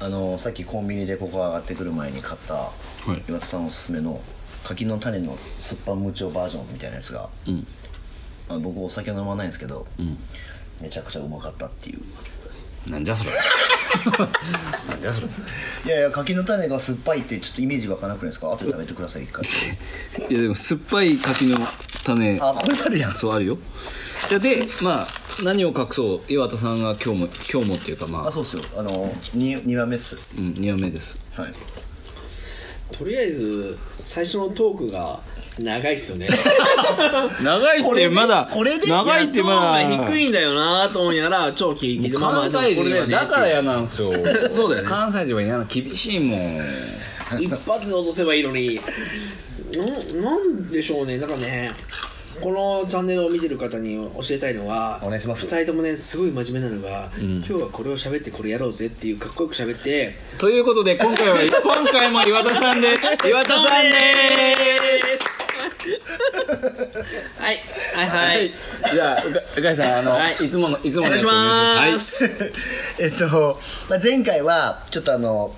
あのさっきコンビニでここ上がってくる前に買ったい岩田さんおすすめの柿の種の酸っぱ無調バージョンみたいなやつが、うんあ僕お酒飲まないんですけど、めちゃくちゃうまかったっていうなんじゃそれなんじゃそれいやいや柿の種が酸っぱいってちょっとイメージ湧かなくないですか後で食べてください一 回 いやでも酸っぱい柿の種あこれあるやんそうあるよじゃあでまあ何を隠そう岩田さんが今日も今日もっていうかまああそうっすよあの 2, 2番目っすうん2話目ですはいとりあえず最初のトークが長いっ すよね長いっこれてでまだこれで長いってまいやトーンだが低いんだよなと思いながら超聞いてまあまあ関西人はだからや嫌なんですよ そうだよね関西人は嫌な厳しいもん一発で落とせばいいのにななんでしょうねなんかねこのチャンネルを見てる方に教えたいのはお願いします2人ともねすごい真面目なのが、今日はこれを喋ってこれやろうぜっていうかっこよく喋ってということで今回 は今回も岩田さんです岩田さんですはいはいはい、ですじゃあうかうかいさんあの、はいい、つものいつものお願いしまし す、えっと、まあ、前回はちょっとあの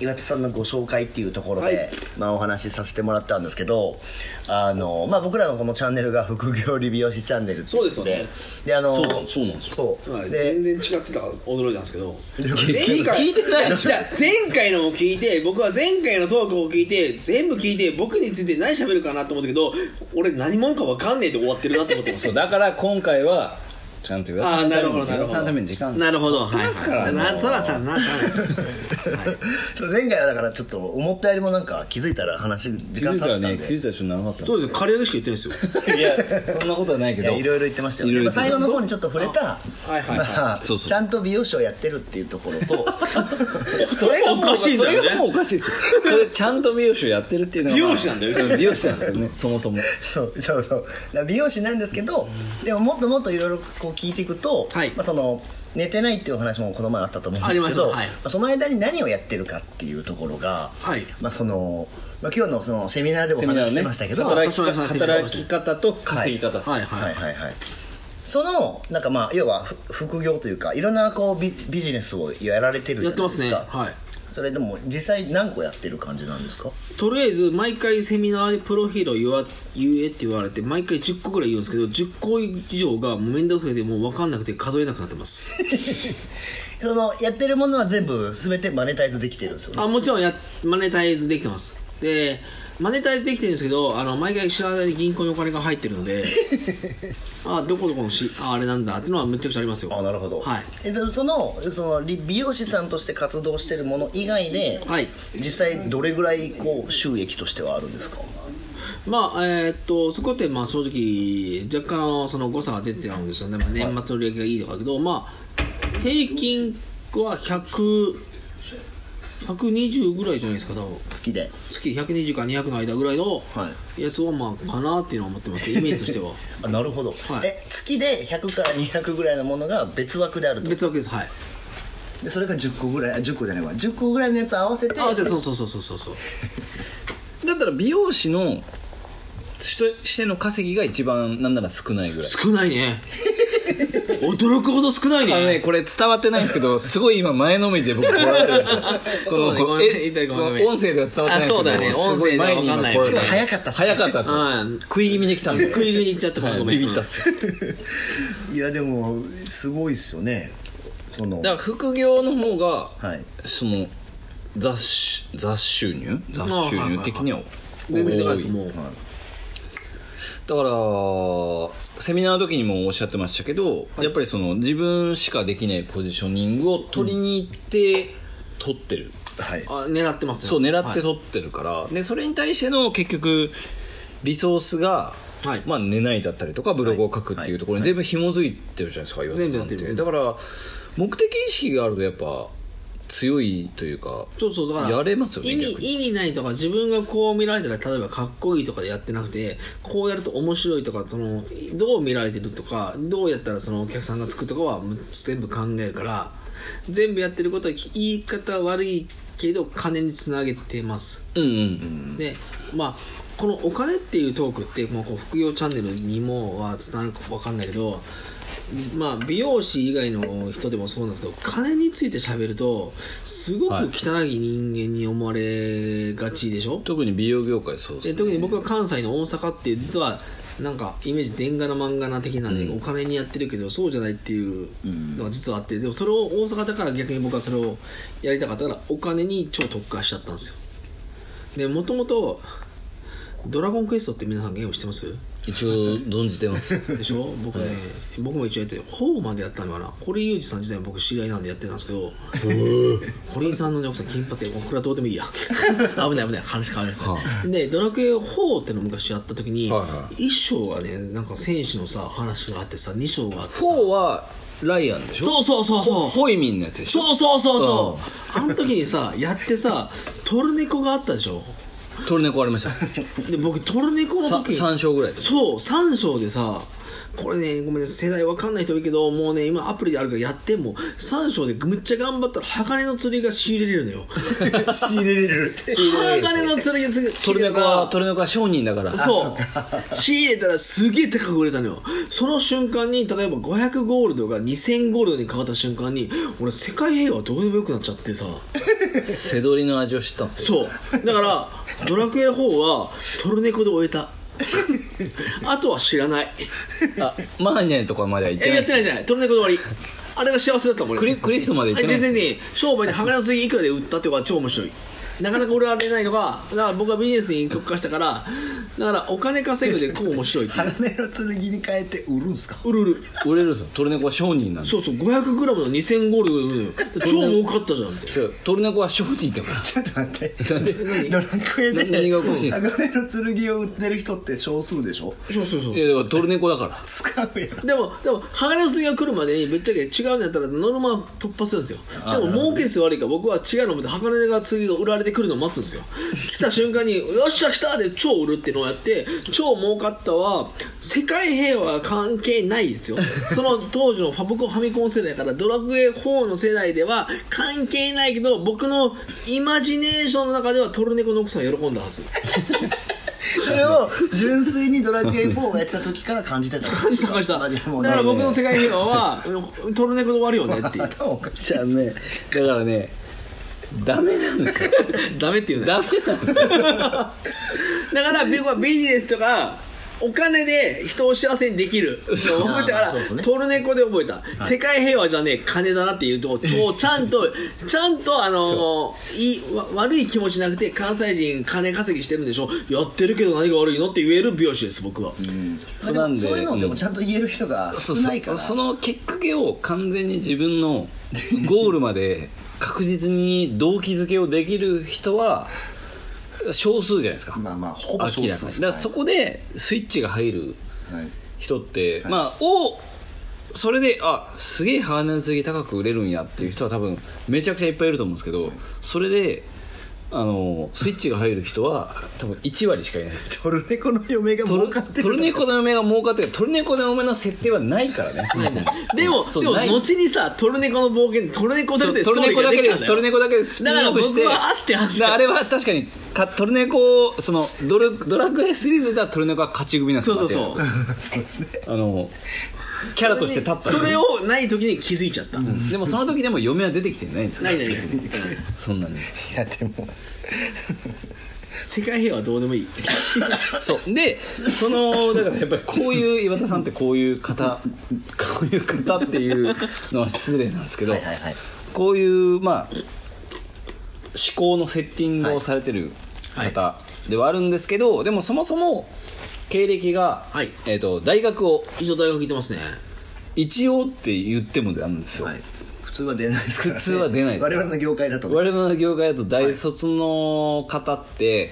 岩田さんのご紹介っていうところで、はいまあ、お話しさせてもらったんですけどあの、まあ、僕らのこのチャンネルが副業理美容師チャンネルっていそうですであのそうそうなんですそうまあで全然違ってたから驚いたんですけど聞いて聞いてないでしょじゃあ前回のも聞いて僕は前回のトークを聞いて全部聞いて僕について何喋るかなと思ったけど俺何者か分かんねえで終わってるなと思ってます そうだから今回はちゃんと岩田さああんのなるほどなる岩ほ田さんどのために時間なるほどはいはいすからそうなそらさなそらさ そう前回はだからちょっと思ったよりもなんか気づいたら話時気づ間経ったいてたらんねで、気づいたらちょっと長かったそうですねカレーでしか言ってないですよいや、そんなことはないけいど。やいろいろ言ってましたよ、いろいねろまあ、最後の方にちょっと触れたはいはいはいまあそうそうちゃんと美容師をやってるっていうところ と それがおかしいんだよそれがもねうおかしいですよ。それちゃんと美容師をやってるっていうのが、美容師なんだよよ。美容師なんですけどね、そもそも。そうそうそう だから美容師なんですけど、でももっともっといろいろこう聞いていくと、はいまあ、その寝てないっていうお話もこの前あったと思うんでありすまけしたどはいまあその間に何をやってるかっていうところが、はいまあそのまあ、今日のそのセミナーでもお話ししてましたけど、働そうきそうそうそう働き方と稼ぎ方です。はいははいいはいはいそのなんかまあ要はふ副業というかいろんなこうビビジネスをやられてるじやゃないってでますすねかはいそれでも実際何個やってる感じなんですかとりあえず毎回セミナーでプロフィールを言わ言えって言われて毎回10個ぐらい言うんですけど10個以上がもう面倒くさくてもう分かんなくて数えなくなってます そのやってるものは全部全てマネタイズできてるんですよねあもちろんやマネタイズできてますでマネタイズできてるんですけどあの毎回知らない間に銀行にお金が入ってるの であどこどこのしああれなんだっていうのはめちゃくちゃありますよあなるほど、はいえでそのそのり美容師さんとして活動してるもの以外で、はい実際どれぐらいこう収益としてはあるんですかまあえーっとそこってまあ正直若干その誤差が出てたんですよね、まあ、年末の売り上げがいいとかだけど、まあ平均は100 120ぐらいじゃないですか多分月で月120から200の間ぐらいのはやつをまあかなっていうのは思っ てますイメージとしてはあなるほど、はいえ月で100から200ぐらいのものが別枠であると別枠ですはいでそれが10個ぐらいあ10個じゃないわ10個ぐらいのやつを合わせて合わせてそうそうそうそうそうそうだったら美容師の、しとしての稼ぎが一番なんなら少ないぐらい。少ないね 驚くほど少ないあのね、ねこれ伝わってないんですけど、すごい今前のめりで僕笑ってるん ですよ。そうだねごめんねえ痛いごめんごめん音声では伝わってないんですけど。あそうだよねすごい前に今音声では分かんないこれしかも早かったし早かったっすようん食い気味できたんで。食い気味にいっちゃったごめんごめんはいビビったっす。 いやでもすごいっすよねそのだから副業の方が、はいその雑種雑収入雑収入的には全然でかいですもうだからセミナーの時にもおっしゃってましたけど、やっぱりその自分しかできないポジショニングを取りに行って、取ってるはい あ狙ってますねそう狙っはいて取ってるから、でそれに対しての結局リソースが、はいまあ、寝ないだったりとかブログを書くっていうところに全部紐づいてるじゃないですか、岩田さんって全部やってるだから目的意識があるとやっぱ強いというかそうそうだからやれますよね意味逆に意味ないとか自分がこう見られたら例えばかっこいいとかでやってなくてこうやると面白いとかそのどう見られてるとかどうやったらそのお客さんがつくとかはむ全部考えるから全部やってることは言い方悪いけど金につなげてますうんうんでまあこのお金っていうトークってもうこう副業チャンネルにもはつながるか分かんないけどまあ、美容師以外の人でもそうなんですけど金について喋るとすごく汚い人間に思われがちでしょ、特に美容業界そうですでね特に僕は関西の大阪っていう実はなんかイメージ電ガな漫画な的なんで、お金にやってるけどそうじゃないっていうのが実はあってでもそれを大阪だから逆に僕はそれをやりたかったからお金に超特化しちゃったんですよでもともと「ドラゴンクエスト」って皆さんゲームしてます一応存じてますでし ょ僕ね、僕も一応やってて4までやったのかな堀井雄二さん自体も僕知り合いなんでやってたんです けど堀井さんのね奥さん金髪でこれはどうでもい いや危ない危ない話変わります、で「ドラクエ4」ってのを昔やった時に、はいは一章がねなんか選手のさ話があってさ二章があってさ4はライアンでしょそうそうそうそうホイミンのやつでしょそうそうそうそうあの時にさやってさトルネコがあったでしょトルネコありましたで僕トルネコのさ時3章ぐらいですそう3章でさこれねごめんね世代わかんない人多いけどもうね今アプリであるからやっても3章でむっちゃ頑張ったら鋼の釣りが仕入れれるのよ 仕入れれるって鋼の釣りがト取ルネコはトルネコは商人だからそう仕入れたらすげえ高く売れたのよその瞬間に例えば500ゴールドが2000ゴールドに変わった瞬間に俺世界平和どうでもよくなっちゃってさ背取りの味を知ったんですよそうだから「ドラクエ4」はトルネコで終えたあとは知らないあマーニャンとかまでは行ってえなやいってないじゃないトルネコで終わ りあれが幸せだったもんク俺リクリフトまで行っあてない全んです然よね商売で鋼の杉いくらで売ったってことは超面白いなかなか俺は出ないのがだから僕はビジネスに特化したからだからお金稼ぐでこう面白いっていう花芽の剣に変えて売るんすか売る売る売れるんですよトルネコは商人なんでそうそう 500g の2000ゴールドで売るのよ超儲かったじゃんって違うトルネコは商人だからちょっと待ってなんで ドラクエでな何がおかしいんです花芽の剣を売ってる人って少数でしょそうそうそういやだからトルネコだから使うやんでも、でも、鋼の杉が来るまでに、ぶっちゃけ違うのやったら、ノルマ突破するんですよ。でも、儲け率悪いから、僕は違うのを持って、鋼の杉が売られてくるのを待つんですよ。来た瞬間に、よっしゃ、来たで超売るってのをやって、超儲かったは、世界平和は関係ないですよ。その当時のファブコンファミコン世代から、ドラクエ4の世代では関係ないけど、僕のイマジネーションの中では、トルネコの奥さん喜んだはず。それを純粋にドラクエ4をやってた時から感じてた感じた感じた。マだジでもうから僕の世界平和は、トルネコで終わるよねってい う。頭おかしいじゃあねだからねダメなんで すよダメっていうね。ダメなんです よだから僕はビジネスとかお金で人を幸せにできるそう覚えたかあーら、そうですねトルネコで覚えた、世界平和じゃねえ金だなっ ていうとこをちゃんとちゃんとあのーいいわ悪い気持ちなくて関西人金稼ぎしてるんでしょやってるけど何が悪いのって言える美容師です僕は、まあでもそういうのでもちゃんと言える人がそ少うないかそうらそのきっかけを完全に自分のゴールまで確実に動機づけをできる人は少数じゃないですかまあまあほぼ少数明らかにだからそこでスイッチが入るはい人って、まあをそれであすげえ羽の杉高く売れるんやっていう人は多分めちゃくちゃいっぱいいると思うんですけどそれであのスイッチが入る人は多分1割しかいないですトルネコの嫁がト儲ルかってトるルネコの嫁が儲かってるトルネコの嫁の設定はないから ねそもそもでもそうでもない後にさトルネコの冒険トルネコだけでストトルーネリーコだがでけきでたんすだトルネコだけでスピすンオフしてだから僕はあってあっだてからあれは確かにかトルネコそのドルドラクエシリーズではトルネコは勝ち組なんですそようそうそうそうですねあのキャラとして立ったそれをない時に気づいちゃった、ないでもその時でも嫁は出てきてないんですよないないそんなにいやでも世界平和はどうでもいいそうでそのだからやっぱりこういう岩田さんってこういう方こういう方っていうのは失礼なんですけどはいはいはいこういうまあ思考のセッティングをされてる方ではあるんですけど、でもそもそも経歴が、はいえー、と大学を一応大学行ってますね一応って言ってもなんですよ、はい普通は出ないですからね普通は出ない我々の業界だと我々の業界だと大卒の方って、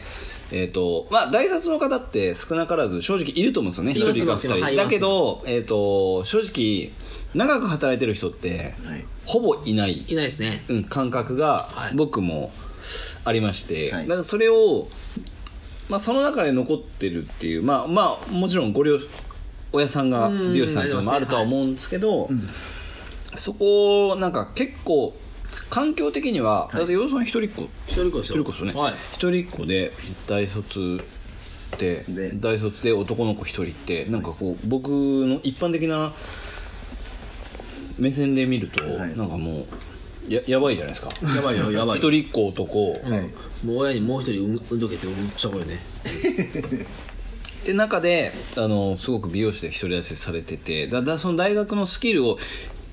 えっ、と、まあ、大卒の方って少なからず正直いると思うんですよね、います一人か二いますは人。いだけど、えっ、と、正直、長く働いてる人って、はいほぼいない、いないですねうん、感覚がはい僕もありまして、はいだからそれを、まあ、その中で残ってるっていう、まあ、まあ、もちろんご両親さんがうん美容師さんっていうのもあるとは思うんですけど、そこをなんか結構環境的には、だって洋さん一人っ子一人っ子です一人っよ子ですよね、はい一人っ子で大卒でで大卒で男の子一人ってなんかこう僕の一般的な目線で見ると、はいなんかもうややばいじゃないですかやばい よやばい一よ人っ子男、はいもう親にもう一人産んどけって思っちゃうよねで中であのすごく美容師で独り立ちされててだだその大学のスキルを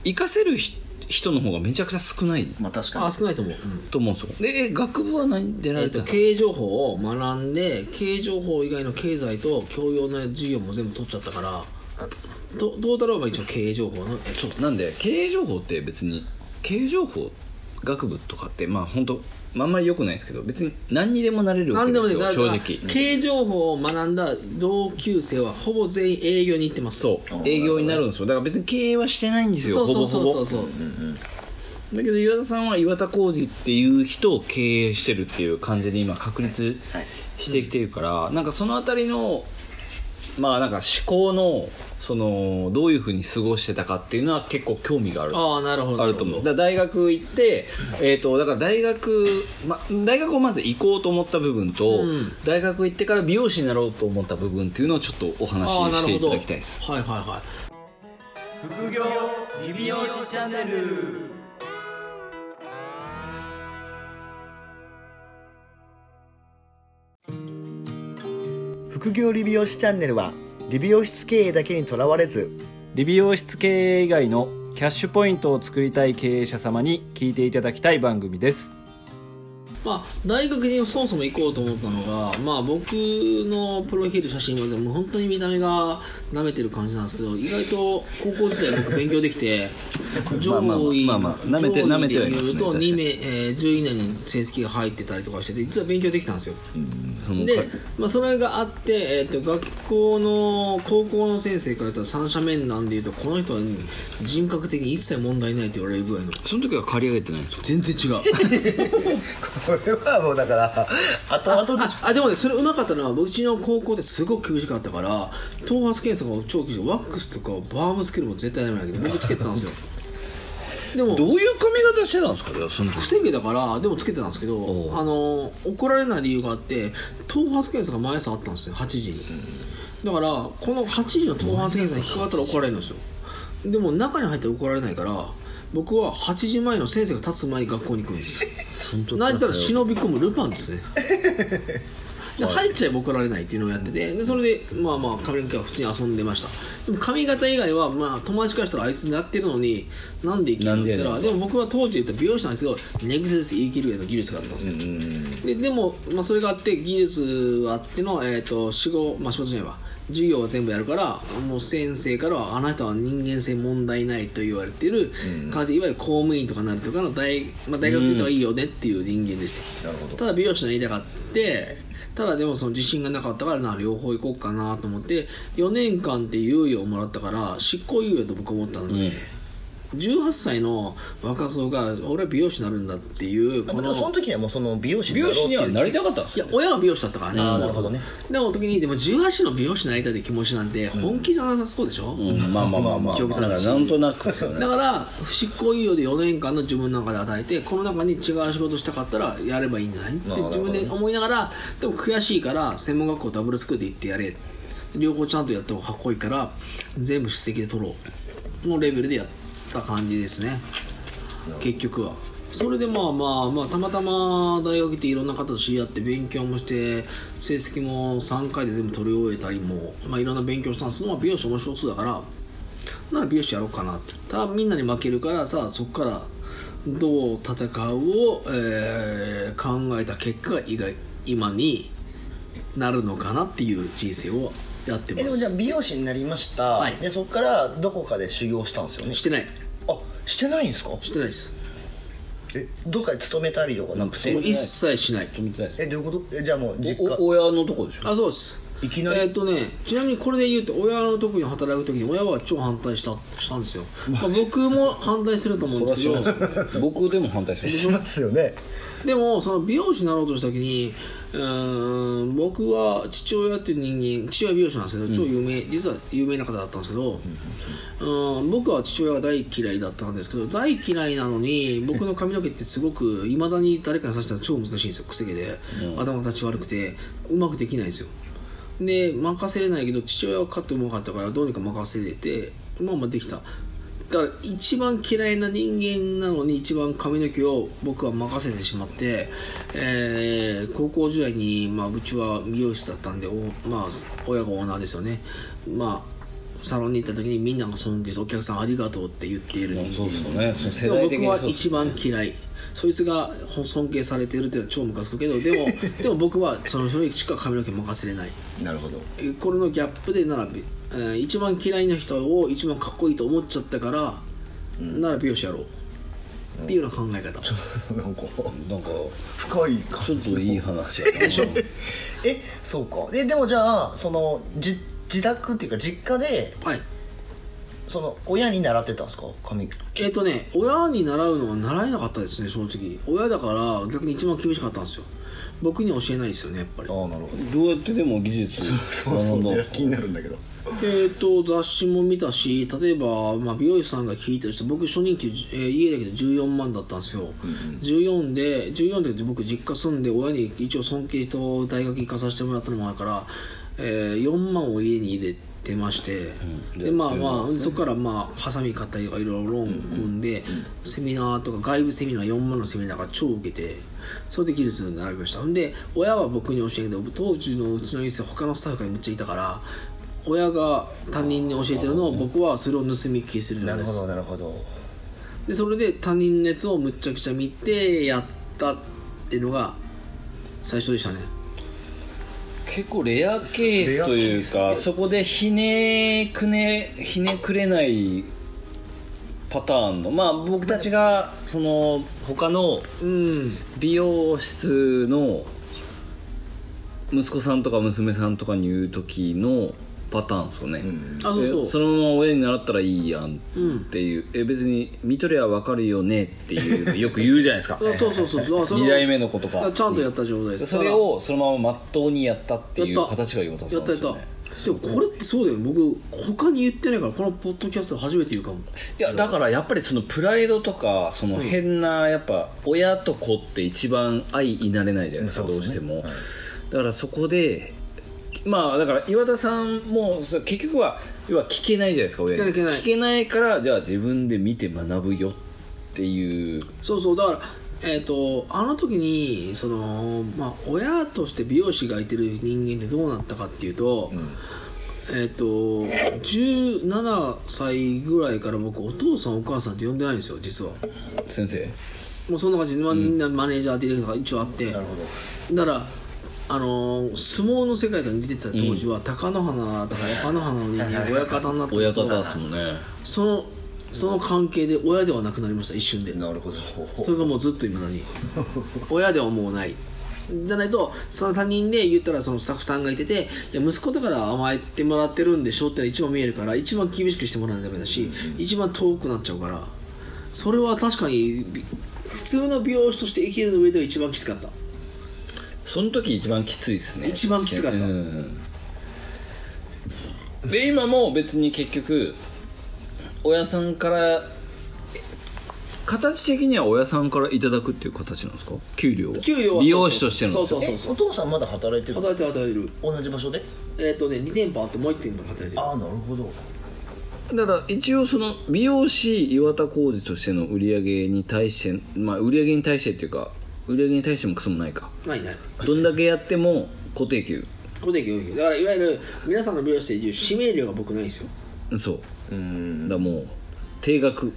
活かせるひ人の方がめちゃくちゃ少ないまあ確かあに少ないと思う、うんと思うんですよでえ学部は何出らえっれてたとんですか、経営情報を学んで経営情報以外の経済と教養の授業も全部取っちゃったからとトータルはまあ一応経営情報のそうなんで経営情報って別に経営情報学部とかってまあ本当まああんまり良くないですけど別に何にでもなれるわけ何でですもねよだ正から直経営情報を学んだ同級生はほぼ全員営業に行ってますそあう営業になるんですよだから別に経営はしてないんですよそうほそぼうそほうそうぼそうだけど岩田さんは岩田浩二っていう人を経営してるっていう感じで今確立してきてるから、なんかその辺りのまあなんか思考のそのどういうふうに過ごしてたかっていうのは結構興味があるああなるほどあると思うだから大学行って、えー、とだから大学、ま、大学をまず行こうと思った部分と、うん大学行ってから美容師になろうと思った部分っていうのをちょっとお話ああしなしているほどたはだいきたいですはいはい副業リビオシチャンネル副業理美容師チャンネルは理美容室経営だけにとらわれず理美容室経営以外のキャッシュポイントを作りたい経営者様に聞いていただきたい番組ですまあ、大学にそもそも行こうと思ったのが、まあ、僕のプロフィール写真はでも本当に見た目が舐めてる感じなんですけど意外と高校時代僕勉強で きて上位まあまあまあまあ舐めて上位で舐めてはいますね言うと確かに2名、えー10位以内に成績が入ってたりとかしてて実は勉強できたんですよそので、まあ、それがあって、えー、と学校の高校の先生から言ったら三者面談で言うとこの人は人格的に一切問題ないって言われるぐらいのその時は借り上げてないんですか全然違うこれはもうだから後々でしょあでもねそれうまかったのはうちの高校ってすごく厳しかったから頭髪検査が超厳しいワックスとかバームつけるも絶対ダメだけど僕つけてたんですよでもどういう髪型してたんですかいやその時不正義だからでもつけてたんですけどおうあの怒られない理由があって頭髪検査が毎朝あったんですよ8時にだからこの8時の頭髪検査に引っかかったら怒られるんですよでも中に入ったら怒られないから僕は8時前の先生が立つ前に学校に行くんですよ泣いたら忍び込むルパン ですねで入っちゃえば怒られないっていうのをやっててでそれでまあまあ髪の毛は普通に遊んでましたでも髪型以外はまあ友達からしたらあいつやってるのになんで生きるのって言ったらでも僕は当時言った美容師なんだけど寝癖で生きるような技術があったんですよででも、まあ、それがあって技術があっての、えー、と仕事まあ仕事じゃないわ授業は全部やるからもう先生からはあなたは人間性問題ないと言われている感じ、いわゆる公務員とかなるとかの大,、まあ、大学行った方がいいよねっていう人間でし た、なるほどただ美容師の言いたかってただでもその自信がなかったからな両方行こうかなと思って4年間って猶予をもらったから執行猶予と僕は思ったので、18歳の若造が俺は美容師になるんだっていうこでもその時にはもうその美容師美になろうって容師にいうはなりたかったんですいかや親は美容師だったからねあーなるほどねでも時にでも18の美容師になりたいって気持ちなんて本気じゃなさそうでしょ、うんまあまあまあまあ記憶正しいなんとなくですよねだから執行猶予で4年間の自分の中で与えてこの中に違う仕事したかったらやればいいんじゃないってなるほ自ど分で思いながらでも悔しいから専門学校ダブルスクールで行ってやれ両方ちゃんとやった方がかっこいいから全部出席で取ろうのレベルでやった感じですね結局はそれでまあまあまあたまたま大学行っていろんな方と知り合って勉強もして成績も3回で全部取り終えたりも、まあ、いろんな勉強したんですけど、まあ、美容師面白そうだからなら美容師やろうかなってただみんなに負けるからさそこからどう戦うを、えー考えた結果が意外今になるのかなっていう人生をやってまえでも じゃあす美容師になりました、はいでそこからどこかで修行したんですよねしてないあしてないんですかしてないですえどっかで勤めたりとかなくてもう一切しないえどういうことえじゃあもう実家お親のとこでしょあそうですいきなりえーっ、とねちなみにこれで言うと親のとこに働く時に親は超反対したしたんですよ、まあ、僕も反対すると思うんですけど僕でも反対してしますよねでもその美容師になろうとした時にうーん僕は父親っていう人間父親は美容師なんですけど超有名、実は有名な方だったんですけど、うん、僕は父親が大嫌いだったんですけど大嫌いなのに僕の髪の毛ってすごくいまだに誰かに刺したら超難しいんですよ癖毛で、頭立ち悪くてうまくできないんですよで任せれないけど父親はカットうまかったからどうにか任せれてまあまあできただから一番嫌いな人間なのに一番髪の毛を僕は任せてしまって、えー高校時代に、まあ、うちは美容室だったんで、おまあ、親がオーナーですよね、まあ、サロンに行った時にみんなが尊敬してお客さんありがとうって言っている人間そうですよねその世で代的も僕にはそう一番嫌いそいつが尊敬されてるっていうのは超ムカつくけどでもでも僕はその人にしか髪の毛任せれないなるほどえこれのギャップでならび、えー一番嫌いな人を一番かっこいいと思っちゃったから、なら美容師やろうっていうような考え方、なんかなんか深い感ちょっじといい話やな えそうかえでもじゃあそのじ自宅っていうか実家ではいその親に習ってたんですか髪えっ、とね親に習うのは習えなかったですね正直親だから逆に一番厳しかったんですよ僕には教えないですよねやっぱりああなるほどどうやってでも技術そうをそ学うんだんねですか気になるんだけどえー、と雑誌も見たし例えば、まあ、美容師さんが聞いたりして僕初任給、えー家だけど14万だったんですよ、14で14で僕実家住んで親に一応尊敬と大学行かさせてもらったのもあるから、えー4万を家に入れてまして、うんでまあまあ、でそこからまあハサミ買ったりとかいろいろローン組んで、セミナーとか外部セミナー4万のセミナーが超受けてそれで技術に並びましたほんで親は僕に教えてけど当時のうちの店は他のスタッフがめっちゃいたから親が担任に教えてるのを僕はそれを盗み聞きするんなるでほすどなるほどでそれで他人のやつをむっちゃくちゃ見てやったっていうのが最初でしたね結構レアケースというかそこでひねくねひねくれないパターンのまあ僕たちがその他のうん美容室の息子さんとか娘さんとかに言う時のパターンですよね、あそうそうでそのまま親に習ったらいいやんっていう、え別に見とりゃ分かるよねっていうのよく言うじゃないですかそうそうそう そうあその2代目の子とかあちゃんとやった状態ですそれをそのまままっとうにやったっていやっうた形がよかったやったやった、でもこれってそうだよね僕他に言ってないからこのポッドキャストで初めて言うかもいやだからやっぱりそのプライドとかその変なやっぱ親と子って一番相いなれないじゃないですうか、んどそううでしてすねも、だからそこでまあだから岩田さんもそう結局は要は聞けないじゃないですか親に聞けない聞聞けないからじゃあ自分で見て学ぶよっていうそうそうだからえっ、とあの時にそのまあ親として美容師がいてる人間ってどうなったかっていうと、えっ、と17歳ぐらいから僕お父さんお母さんって呼んでないんですよ実は先生もうそんな感じで、まあみんなマネージャーディレクターが一応あって、なるほどだからあのー相撲の世界と似てた当時は、貴乃花とか若乃花の人間親方になって親方ですもんねそのその関係で親ではなくなりました一瞬でなるほどそれがもうずっと今 だに親ではもうないじゃないとその他人で言ったらそのスタッフさんがいてていや息子だから甘えてもらってるんでしょってのが一番見えるから一番厳しくしてもらわないとダメだし、一番遠くなっちゃうからそれは確かにび普通の美容師として生きる上では一番きつかったその時一番きついですね一番きつかったうんで今も別に結局親さんから形的には親さんからいただくっていう形なんですか給料は給料は美容師としてのそうそうそうえそうお父さんまだ働いてる働いてる働いてる同じ場所でえっ、とね2店舗あってもう1店舗働いてるああなるほどだから一応その美容師岩田浩二としての売り上げに対してまあ売り上げに対してっていうか売り上げに対してもクソもないかないないどんだけやっても固定給固定給だからいわゆる皆さんの美容師でいう指名料が僕ないんですよそううーんだからもう定額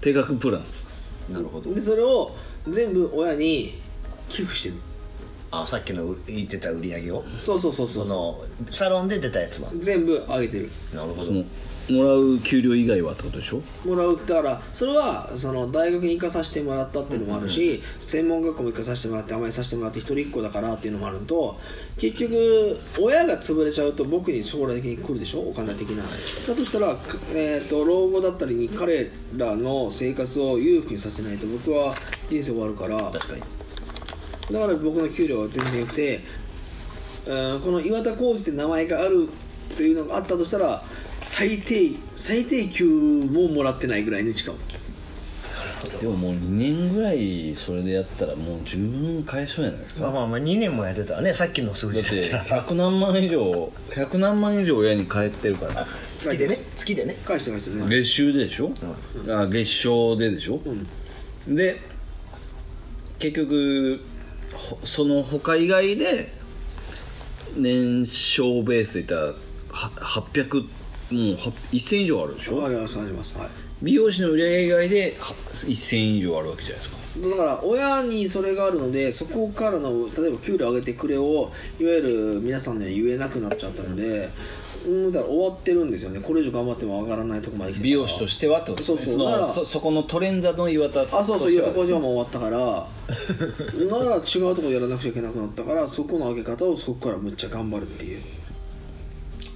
定額プランですなるほどでそれを全部親に寄付してるあさっきのう言ってた売り上げをそうそうそうそうそそのサロンで出たやつはう全部あげてるなるほそどのもらう給料以外はってことでしょもらうだからそれはその大学に行かさせてもらったっていうのもあるし、専門学校も行かさせてもらって甘えさせてもらって一人っ子だからっていうのもあるのと結局親が潰れちゃうと僕に将来的に来るでしょお金的なだとしたら、えー、と老後だったりに彼らの生活を裕福にさせないと僕は人生終わるから確かにだから僕の給料は全然良くて、うん、この岩田浩二って名前があるというのがあったとしたら最低最低給ももらってないぐらいのしかもでももう2年ぐらいそれでやってたらもう十分買えそうじゃないですか まあまあまあ2年もやってたらねさっきの数だっ字てだったら100何万以上100何万以上親に返ってるから月でね月でね返して返してね月収ででしょ、あ月賞ででしょ、で結局ほその他以外で年商ベースでいったらは800もうは1000以上あるでしょわかりますわかりますはい美容師の売り上げ以外でか1000以上あるわけじゃないですかだから親にそれがあるのでそこからの例えば給料上げてくれをいわゆる皆さんには言えなくなっちゃったので、うん、だから終わってるんですよねこれ以上頑張っても上がらないとこまで来て美容師としてはってことですねそうそうだかのらそそこのトレンザの岩田あそうそうと言してうはと工場も終わったからなら違うとこやらなくちゃいけなくなったからそこの上げ方をそこからむっちゃ頑張るっていう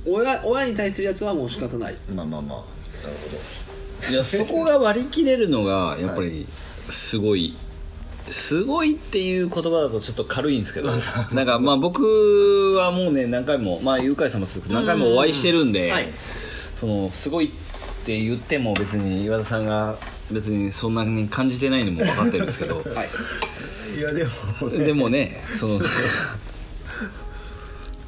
親親に対するやつはもう仕方ないまあまあまあなるほどいやそこが割り切れるのがやっぱりすごい、すごいっていう言葉だとちょっと軽いん ですけどなんかまあ僕はもうね何回もまあユーカイさんもそうですけど何回もお会いしてるんで、はいそのすごいって言っても別に岩田さんが別にそんなに感じてないのも分かってるんですけど はいいやでもねでもねその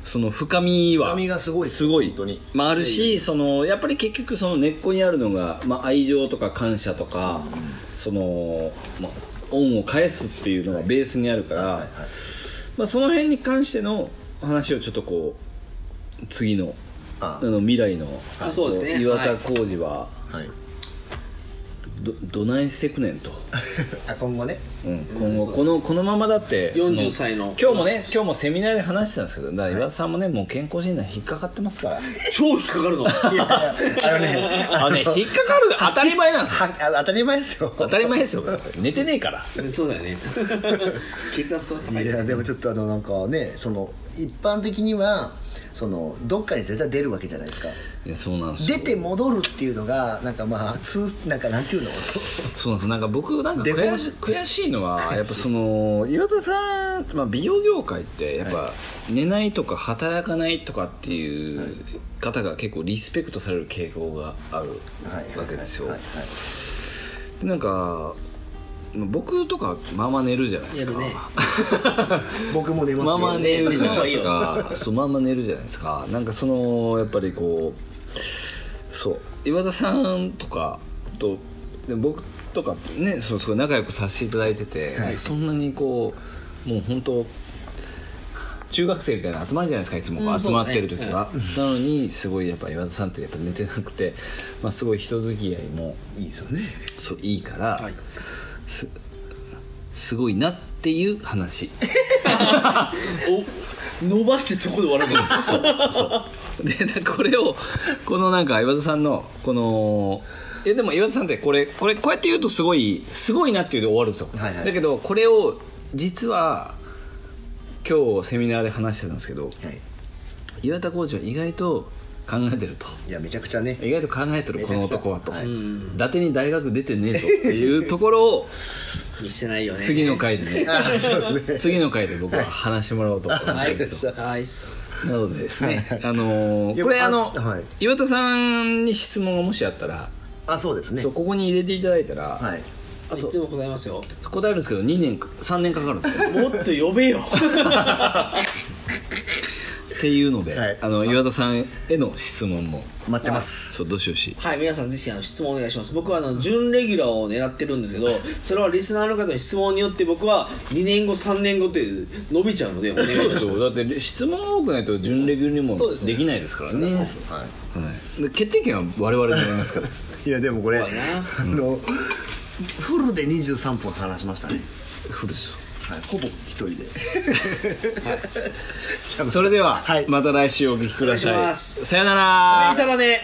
その深みは深みがすごいですすごい本当にまあ、あるしそのやっぱり結局その根っこにあるのが、まあ、愛情とか感謝とか、その、まあ、恩を返すっていうのがベースにあるから、まあ、その辺に関しての話をちょっとこう次のああの未来のあそうですねこ岩田浩二は、はいどどないしてくねんと。 あ今後ねうん、今後このこのままだって40そ歳の今日もね今日もセミナーで話してたんですけどだから岩田さんもねもう健康診断引っかかってますから超引っかかるのいやいやあのね あのね引っかかる当たり前なんですよはあ当たり前ですよ 当たり前ですよ寝てねえからそうだよね 血圧と高いいやでもちょっとあのなんかねその一般的にはそのどっかに絶対出るわけじゃないですかいやそうなんですよ出て戻るっていうのがなんかまあ通なんかなんていうのそうなんですなんか僕なんかデフォル悔し悔しいのはやっぱその岩田さん、まあ、美容業界ってやっぱ寝ないとか働かないとかっていう方が結構リスペクトされる傾向があるわけですよはいはいでなんかまあ僕とかまあまあ寝るじゃないですか寝るね僕も出ます まあよまあ寝るじゃないですかそうまあまあ寝るじゃないですかなんかそのやっぱりこうそう岩田さんとかとで僕とかねそうすごい仲良くさせていただいてて、そんなにこうもう本当中学生みたいな集まるじゃないですかいつもこう集まってる時は、なのにすごいやっぱ岩田さんってやっぱ寝てなくて、まあ、すごい人付き合いもいいですよねそういいから、はいすすごいなっていう話。 お伸ばしてそこで笑うのでだこれをこのなんか岩田さんのこのいやでも岩田さんってこれこれこうやって言うとすごいすごいなっていうで終わるんですよ、はいはいだけどこれを実は今日セミナーで話してたんですけどはい岩田コーチは意外と考えてるといやめちゃくちゃね意外と考えてるこの男はと、めちゃくちゃはい伊達に大学出てねえぞっていうところ を 見せないよね次の回でねあそうですね次の回で僕は話してもらおうと思ってるんはですいよはいなのでですね、あのいー、やこれああの、はい岩田さんに質問がもしあったら、あそうですねそうここに入れていただいたら、はいあといつも答えますよ答えるんですけど2年か3年かかるんですよもっと呼べよっていうので、はいあの岩田さんへの質問も待ってますそうどしどしはい、皆さんぜひあの質問お願いします。僕はあの準レギュラーを狙ってるんですけど、それはリスナーの方の質問によって僕は2年後、3年後って伸びちゃうので、お願いしそうま。ですすよだって質問が多くないと準レギュにもそうですねできないですからねはいはで決定権は我々にありますから いいやでもこれあ怖いなのフルで23分話しましたねフルですよはいほぼ一人でそれでは、はいまた来週お聞きくださいお願いしますさよならいたらね